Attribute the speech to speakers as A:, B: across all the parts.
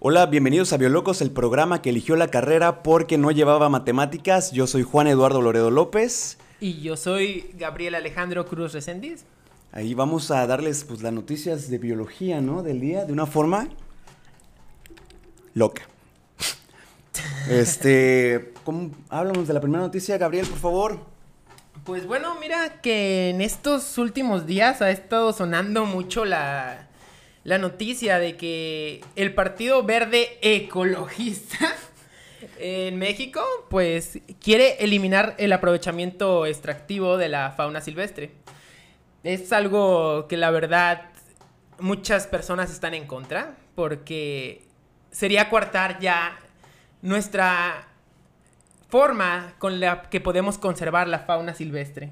A: Hola, bienvenidos a Biolocos, el programa que eligió la carrera porque no llevaba matemáticas. Yo soy Juan Eduardo Loredo López.
B: Y yo soy Gabriel Alejandro Cruz Reséndiz.
A: Ahí vamos a darles pues las noticias de biología, ¿no? Del día, de una forma loca. Este, ¿cómo hablamos de la primera noticia, Gabriel, por favor?
B: Pues bueno, mira que en estos últimos días ha estado sonando mucho la, la noticia de que el Partido Verde Ecologista en México, pues quiere eliminar el aprovechamiento extractivo de la fauna silvestre. Es algo que la verdad muchas personas están en contra porque sería coartar ya nuestra forma con la que podemos conservar la fauna silvestre.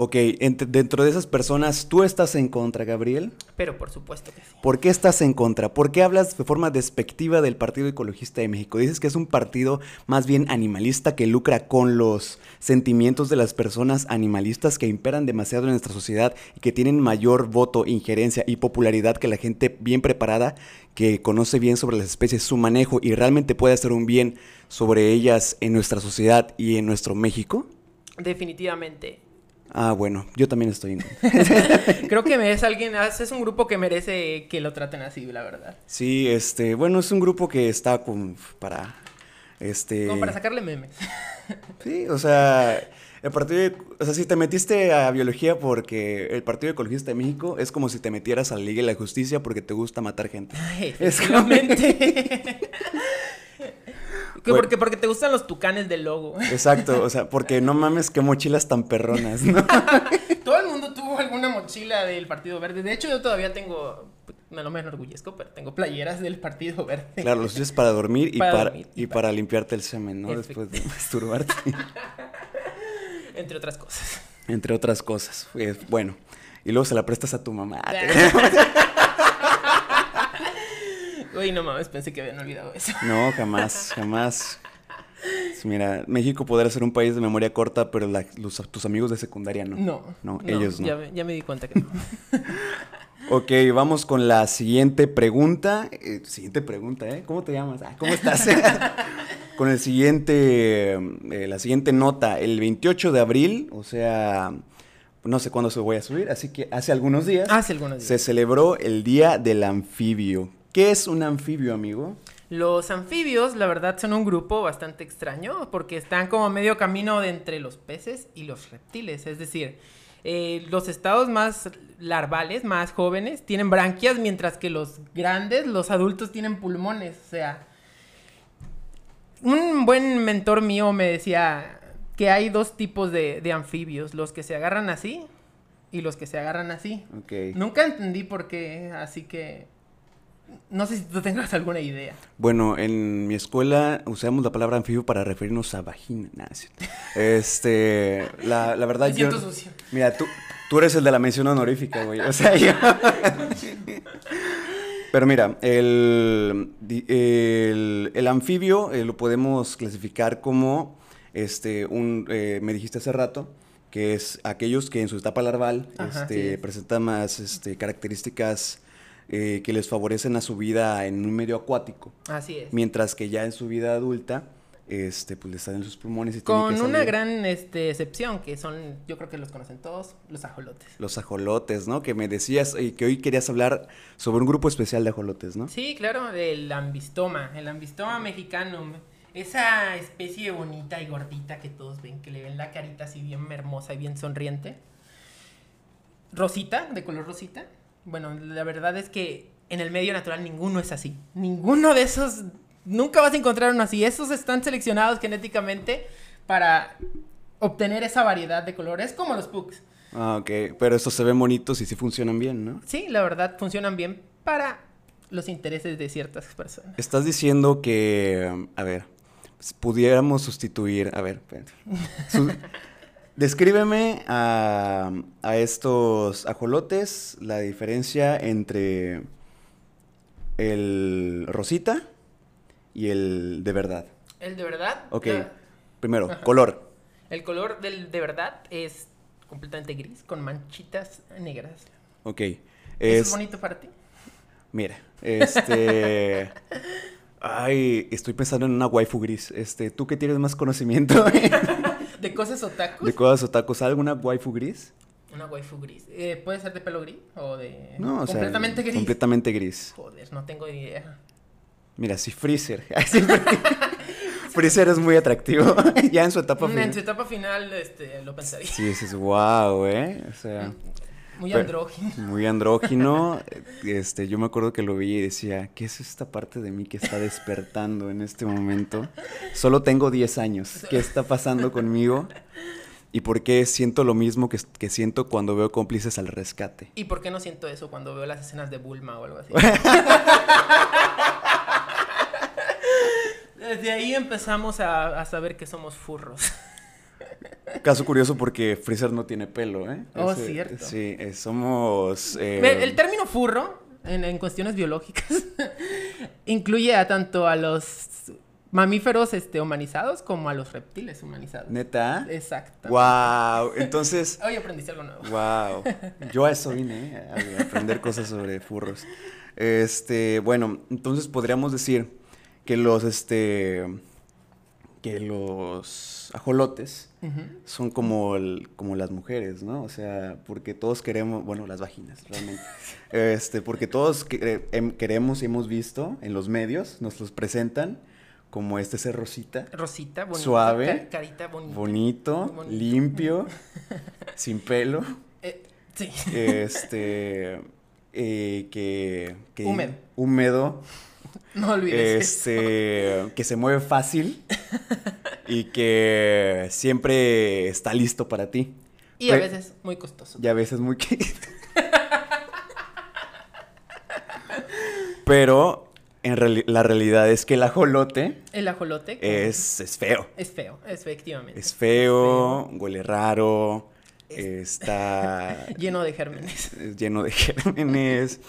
A: Ok, ent- dentro de esas personas, ¿tú estás en contra, Gabriel?
B: Pero por supuesto que sí.
A: ¿Por qué estás en contra? ¿Por qué hablas de forma despectiva del Partido Ecologista de México? Dices que es un partido más bien animalista que lucra con los sentimientos de las personas animalistas que imperan demasiado en nuestra sociedad y que tienen mayor voto, injerencia y popularidad que la gente bien preparada que conoce bien sobre las especies, su manejo y realmente puede hacer un bien sobre ellas en nuestra sociedad y en nuestro México.
B: Definitivamente.
A: Ah, bueno, yo también estoy en contra.
B: Creo que merece alguien, ah, es un grupo que merece que lo traten así, la verdad.
A: Sí, este, bueno, es un grupo que está con, para, este...
B: Como para sacarle memes.
A: Sí, o sea, el partido, de- o sea, si te metiste a biología porque el Partido Ecologista de México es como si te metieras a la Liga de la Justicia porque te gusta matar gente.
B: Efectivamente. Que
A: Bueno.
B: porque, porque te gustan los tucanes del logo.
A: Exacto, o sea, porque no mames qué mochilas tan perronas, ¿no?
B: Todo el mundo tuvo alguna mochila del Partido Verde. De hecho, yo todavía tengo, me lo me enorgullezco, pero tengo playeras del Partido Verde.
A: Claro, los usas para dormir y
B: Para
A: para,
B: dormir y
A: y para limpiarte el semen, ¿no?
B: Efecti-
A: Después de masturbarte,
B: Entre otras cosas.
A: entre otras cosas. Pues, bueno, y luego se la prestas a tu mamá.
B: Ah. Uy, no mames, pensé que habían olvidado eso.
A: No, jamás, jamás. Sí, Mira, México podrá ser un país de memoria corta, pero la- los- tus amigos de secundaria no.
B: No.
A: No, ellos no.
B: Ya, me- ya me di cuenta que no.
A: Ok, vamos con la siguiente pregunta. Eh, siguiente pregunta, ¿eh? ¿Cómo te llamas? Ah, ¿Cómo estás? con el siguiente, eh, la siguiente nota. El 28 de abril, o sea, no sé cuándo se voy a subir, así que hace algunos días
B: Hace Ah, algunos días.
A: se celebró el Día del Anfibio. ¿Qué es un anfibio, amigo?
B: Los anfibios, la verdad, son un grupo bastante extraño porque están como a medio camino de entre los peces y los reptiles. Es decir, eh, los estados más larvales, más jóvenes, tienen branquias, mientras que los grandes, los adultos, tienen pulmones. O sea, un buen mentor mío me decía que hay dos tipos de, de anfibios, los que se agarran así y los que se agarran así.
A: Ok.
B: Nunca entendí por qué, así que no sé si tú tengas alguna idea.
A: Bueno, en mi escuela usamos la palabra anfibio para referirnos a vagina. Nah, es cierto. Este, la, la verdad
B: Me
A: yo...
B: siento sucio.
A: Mira, tú, tú eres el de la mención honorífica, güey. O sea, yo... Pero mira, el, di- el, el anfibio eh, lo podemos clasificar como, este, un, eh, me dijiste hace rato, que es aquellos que en su etapa larval
B: Ajá,
A: este,
B: sí es.
A: presentan más este, características eh, que les favorecen a su vida en un medio acuático,
B: Así es.
A: mientras que ya en su vida adulta, este, pues le salen sus pulmones y tienen
B: Con
A: que
B: una
A: salir
B: gran este, excepción, que son, yo creo que los conocen todos, los ajolotes.
A: los ajolotes, ¿no? Que me decías y que hoy querías hablar sobre un grupo especial de ajolotes, ¿no?
B: Sí, claro, el ambistoma, el ambistoma mexicano. Esa especie bonita y gordita que todos ven, que le ven la carita así bien hermosa y bien sonriente. Rosita, de color rosita. Bueno, la verdad es que en el medio natural ninguno es así. Ninguno de esos, nunca vas a encontrar uno así. Esos están seleccionados genéticamente para obtener esa variedad de colores, como los pugs.
A: Ah, ok. Pero estos se ven bonitos y sí funcionan bien, ¿no?
B: Sí, la verdad funcionan bien para los intereses de ciertas personas.
A: Estás diciendo que, a ver, si pudiéramos sustituir, a ver, espérate. Su- descríbeme a, a estos ajolotes la diferencia entre el rosita y el de verdad.
B: El de verdad.
A: Ok,
B: la-
A: primero, color.
B: el color del de verdad es completamente gris con manchitas negras.
A: Ok.
B: ¿Eso
A: es-
B: es bonito para ti?
A: Mira, este. Ay, estoy pensando en una waifu gris. Este, tú que tienes más conocimiento de
B: ¿De cosas otakus?
A: cosas otakus, ¿hay ¿alguna waifu gris?
B: Una waifu gris. Eh, ¿Puede ser de pelo gris o de.
A: No, o sea,
B: Eh, completamente gris.
A: Completamente gris.
B: Joder, no tengo idea.
A: Mira, si Freezer. sí, Freezer es muy atractivo. ya en su etapa
B: Mm, En
A: final.
B: su etapa final este, lo pensaría.
A: Sí, ese es wow, ¿eh? O sea,
B: Muy
A: Pero-
B: andrógino.
A: muy andrógino. Este, yo me acuerdo que lo vi y decía, ¿qué es esta parte de mí que está despertando en este momento? Solo tengo 10 años. ¿Qué está pasando conmigo? ¿Y por qué siento lo mismo que, que siento cuando veo cómplices al rescate?
B: ¿Y por qué no siento eso cuando veo las escenas de Bulma o algo así? Desde ahí empezamos a, a saber que somos furros.
A: Caso curioso porque Freezer no tiene pelo, ¿eh?
B: Oh, cierto.
A: Sí, eh, somos... eh,
B: Ve, El término furro, en, en cuestiones biológicas, incluye a tanto a los mamíferos este, humanizados como a los reptiles humanizados.
A: ¿Neta?
B: Exacto.
A: Wow, entonces,
B: Hoy aprendiste algo nuevo.
A: wow, yo a eso vine, ¿eh? a aprender cosas sobre furros. Este, bueno, entonces podríamos decir que los, este, que los ajolotes
B: Ujú.
A: son como, el- como las mujeres, ¿no? O sea, porque todos queremos, bueno, las vaginas, realmente. Este, porque todos que- em- queremos y hemos visto en los medios, nos los presentan como este ser rosita,
B: Rosita, bonita.
A: Suave.
B: ca- carita bonita.
A: bonito,
B: Bonito.
A: limpio, sin pelo,
B: Eh, sí.
A: este, eh, que, que-
B: Húmedo.
A: húmedo,
B: No olvides. eso.
A: este, que se mueve fácil y que siempre está listo para ti.
B: Y a
A: Pe-
B: veces muy costoso.
A: Y a veces muy que- Pero en reali- la realidad es que el ajolote
B: El ajolote. como-
A: es, es feo.
B: es feo, efectivamente.
A: Es feo, huele raro, está
B: Lleno de gérmenes.
A: es lleno de gérmenes,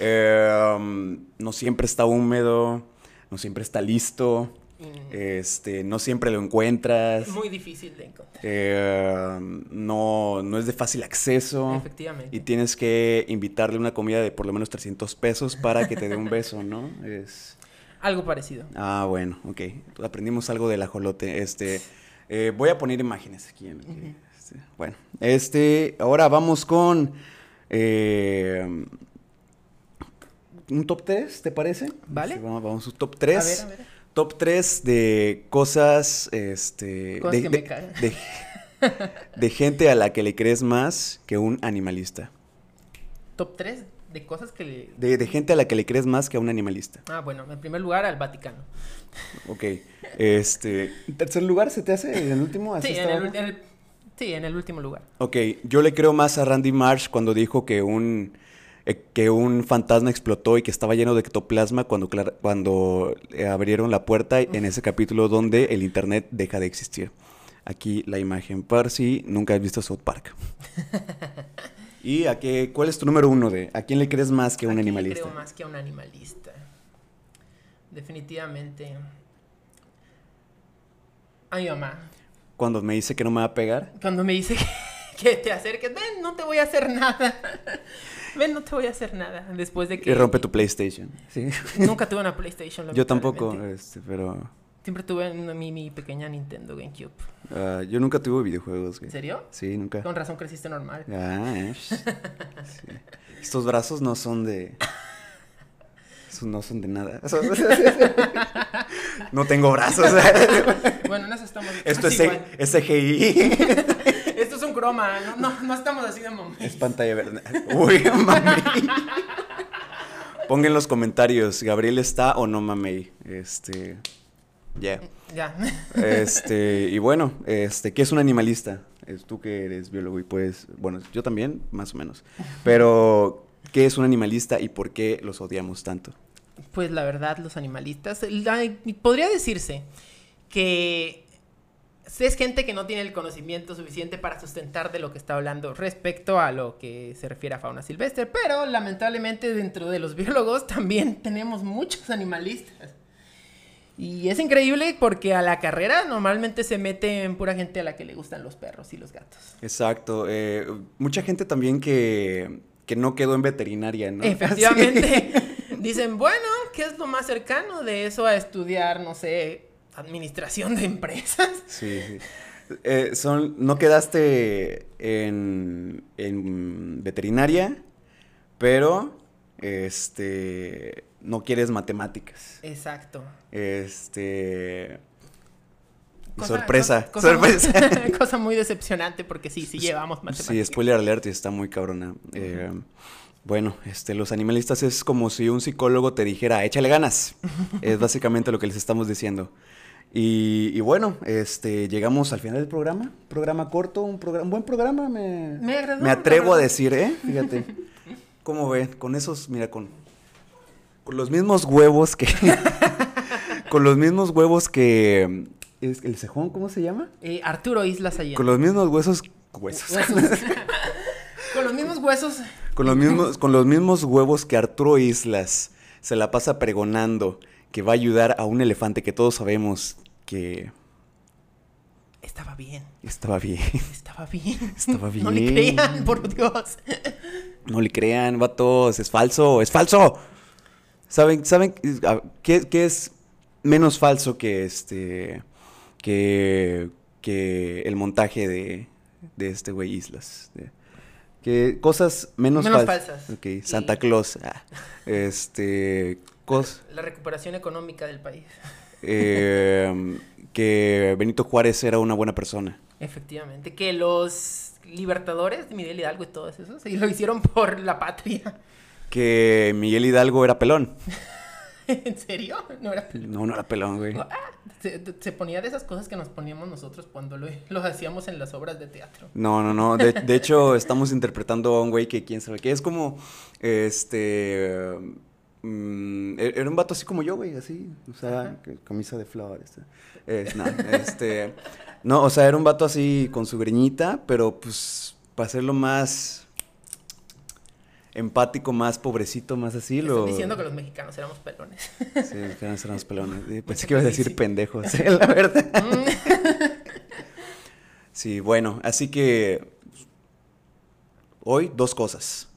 A: em, no siempre está húmedo, no siempre está listo,
B: Mm,
A: este, no siempre lo encuentras,
B: Muy difícil de encontrar.
A: em, no, no es de fácil acceso.
B: Efectivamente.
A: Y tienes que invitarle una comida de por lo menos 300 pesos para que te dé un beso, ¿no? Es...
B: Algo parecido.
A: Ah, bueno, ok. Aprendimos algo del ajolote. Este, eh, voy a poner imágenes aquí. en- este, bueno, este, ahora vamos con eh, un top 3, ¿te parece?
B: Vale.
A: Este, vamos, vamos a un top
B: A
A: 3.
B: ver, a ver.
A: Top 3 de cosas, este...
B: Cosas
A: de,
B: que
A: de-
B: me cagan.
A: de- de gente a la que le crees más que un animalista.
B: Top 3 de cosas que le.
A: De, de gente a la que le crees más que a un animalista.
B: Ah, bueno, en primer lugar al Vaticano.
A: Ok. Este... ¿en ¿Tercer lugar se te hace? ¿En el último? ¿Así
B: Sí en,
A: Ah, está
B: el,
A: abajo?
B: en el- sí, en el último lugar.
A: Ok, yo le creo más a Randy Marsh cuando dijo que un, eh, que un fantasma explotó y que estaba lleno de ectoplasma cuando, clar- cuando eh, abrieron la puerta en ese capítulo donde el internet deja de existir. Aquí la imagen par si nunca has visto South Park. ¿Y a qué, cuál es tu número uno de? ¿A quién le crees más que
B: ¿A
A: un
B: quién le
A: animalista?
B: Creo más que a un animalista. Definitivamente. A mi mamá.
A: Cuando me dice que no me va a pegar.
B: Cuando me dice que, que te acerques, ven, no te voy a hacer nada. Ven, no te voy a hacer nada. Después de que.
A: Y rompe tu PlayStation. Sí.
B: Nunca tuve una PlayStation.
A: Yo tampoco,
B: lamentablemente.
A: este, pero
B: Siempre tuve una- mi, mi pequeña Nintendo GameCube.
A: ah, yo nunca tuve videojuegos. güey.
B: ¿En serio?
A: Sí, nunca.
B: Con razón creciste normal.
A: Ah, eh, sh- sí. Estos brazos no son de. son- no son de nada. Son- no tengo brazos.
B: Bueno, en eso estamos.
A: Esto es,
B: casi igual.
A: C- es CGI.
B: Esto es un croma. No, no, no estamos así de momento.
A: es pantalla verde. Uy, mami. Pongan en los comentarios, ¿Gabriel está o no mamey? Este. Ya.
B: Ya.
A: Este, y bueno, este, ¿qué es un animalista? Es tú que eres biólogo y puedes, bueno, yo también, más o menos. Pero, ¿qué es un animalista y por qué los odiamos tanto?
B: Pues la verdad, los animalistas. la- podría decirse que es gente que no tiene el conocimiento suficiente para sustentar de lo que está hablando respecto a lo que se refiere a fauna silvestre, pero lamentablemente dentro de los biólogos también tenemos muchos animalistas. Y es increíble porque a la carrera normalmente se meten pura gente a la que le gustan los perros y los gatos.
A: Exacto. eh, mucha gente también que, que no quedó en veterinaria, ¿no?
B: Efectivamente. Dicen, bueno, que es lo más cercano de eso a estudiar, no sé, administración de empresas.
A: Sí, sí. Eh, son, ¿No quedaste en, en veterinaria? Pero, este, no quieres matemáticas.
B: Exacto.
A: Este... y
B: Cosa-
A: sorpresa,
B: co- cosa muy-
A: sorpresa.
B: cosa muy decepcionante porque sí, sí llevamos matemáticas.
A: Sí, spoiler alert y está muy cabrona. Eh, bueno, este, los animalistas es como si un psicólogo te dijera, échale ganas. es básicamente lo que les estamos diciendo. Y, y bueno, este, llegamos al final del programa. Programa corto, un, programa, un buen programa. Me,
B: Me agradó,
A: atrevo
B: la
A: a
B: verdad.
A: decir, ¿eh? Fíjate. ¿Cómo ve? Con esos, mira, con, con los mismos huevos que... con los mismos huevos que... ¿es ¿El cejón cómo se llama?
B: Eh, Arturo Islas Allende.
A: Con los mismos huesos... Huesos.
B: Huesos. Con los mismos huesos.
A: Con los mismos, con los mismos huevos que Arturo Islas se la pasa pregonando que va a ayudar a un elefante que todos sabemos que
B: Estaba bien,
A: estaba bien.
B: estaba bien.
A: Estaba
B: No le
A: bien.
B: crean, por Dios.
A: No le crean, vatos, es falso, es falso. ¿Saben, saben a- qué, qué es menos falso que este que, que el montaje de, de este güey Islas? De- que cosas menos,
B: Menos
A: fal-
B: falsas.
A: Ok, Santa Claus. ah, este cos
B: La recuperación económica del país.
A: eh, que Benito Juárez era una buena persona.
B: Efectivamente, que los libertadores de Miguel Hidalgo y todos esos, y lo hicieron por la patria.
A: Que Miguel Hidalgo era pelón.
B: ¿En serio? No era...
A: No, no era pelón, güey.
B: se, se ponía de esas cosas que nos poníamos nosotros cuando lo, los hacíamos en las obras de teatro.
A: No, no, no. De, de hecho, estamos interpretando a un güey que quién sabe qué. Es como, este... mm, e- era un vato así como yo, güey, así. O sea, que- camisa de flores. eh. Es, no, este... No, o sea, era un vato así con su greñita, pero pues para hacerlo más empático, más pobrecito, más así.
B: Están
A: lo...
B: diciendo que los mexicanos éramos pelones.
A: Sí, los peruanos eran los pelones. Eh, Pensé
B: Mucha
A: que ibas a
B: gente
A: decir
B: dice.
A: pendejos, eh, la verdad. Sí, bueno, así que hoy dos cosas.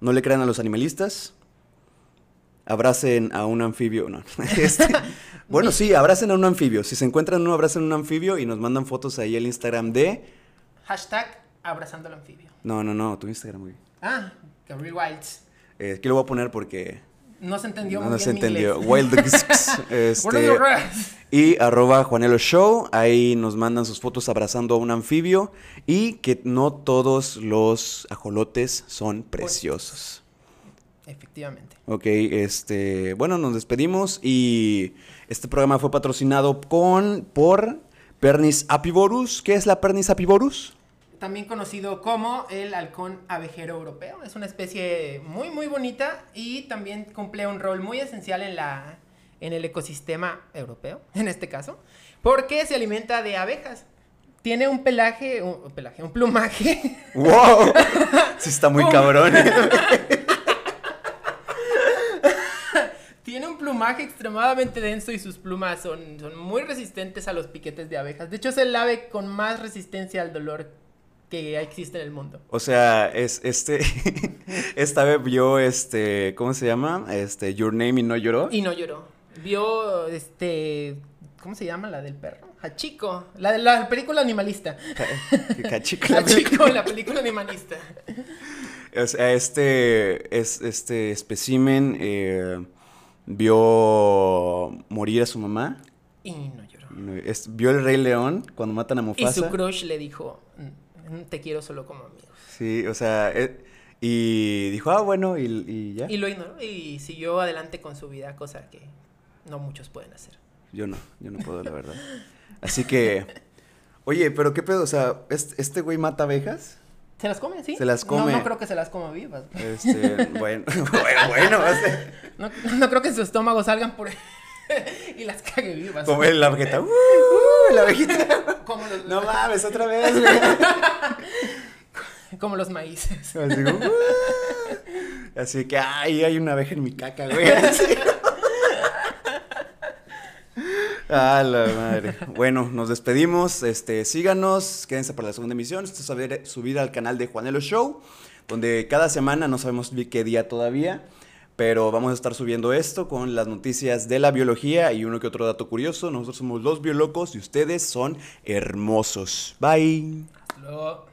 A: No le crean a los animalistas. Abracen a un anfibio. No. este, bueno, sí, abracen a un anfibio. Si se encuentran uno, abracen a un anfibio y nos mandan fotos ahí al Instagram de.
B: Hashtag abrazando al anfibio.
A: No, no, no, tu Instagram, güey.
B: Ah, Gabriel Wilds.
A: Eh, aquí lo voy a poner porque
B: No se entendió
A: no
B: muy
A: nos
B: bien mi
A: entendió.
B: inglés.
A: Wild Gx,
B: What are
A: este,
B: your rights?
A: y arroba Juanelo Show. Ahí nos mandan sus fotos abrazando a un anfibio y que no todos los ajolotes son preciosos.
B: Efectivamente.
A: Ok, este, bueno, nos despedimos y este programa fue patrocinado con, por Pernis apivorus. ¿Qué es la Pernis apivorus?
B: También conocido como el halcón abejero europeo. Es una especie muy, muy bonita y también cumple un rol muy esencial en, la, en el ecosistema europeo, en este caso, porque se alimenta de abejas. Tiene un pelaje, un, un pelaje, un plumaje.
A: ¡Wow! Sí está muy
B: Oh.
A: cabrón.
B: Tiene un plumaje extremadamente denso y sus plumas son, son muy resistentes a los piquetes de abejas. De hecho, es el ave con más resistencia al dolor que existe en el mundo.
A: O sea, es este esta vez vio este, ¿cómo se llama? Este Your Name y no lloró.
B: Y no lloró. Vio, este, ¿cómo se llama la del perro? Hachiko, la de la película animalista.
A: Qué cachico la película.
B: Hachiko, la película animalista.
A: O sea, este, es, este especimen eh, vio morir a su mamá.
B: Y no lloró.
A: Es- vio el Rey León cuando matan a
B: Y su
A: Mufasa.
B: crush le dijo, "Mm, te quiero solo como amigo.
A: Sí, o sea, eh, y dijo, ah, bueno, y, y ya.
B: Y lo ignoró y siguió adelante con su vida, cosa que no muchos pueden hacer.
A: Yo no, yo no puedo, la verdad. Así que, oye, pero qué pedo, o sea, ¿este, este güey mata abejas?
B: ¿Se las come, sí?
A: Se las come.
B: No, no creo que se las coma vivas.
A: Este, bueno, bueno, bueno, o sea,
B: No, no creo que su estómago salgan por... y las cague vivas.
A: como el- la abejita, uh, uh, la abejita.
B: Como los,
A: No mames, otra vez, güey.
B: como los maíces.
A: Así, como, "Uh". Así que, ay, hay una abeja en mi caca, güey. Así. A Ah, la madre. Bueno, nos despedimos. Este, síganos, quédense para la segunda emisión. Esto es haber- subir al canal de Juanelo Show, donde cada semana, no sabemos bien qué día todavía, Pero vamos a estar subiendo esto con las noticias de la biología y uno que otro dato curioso. Nosotros somos los biolocos y ustedes son hermosos. Bye.
B: Hasta luego.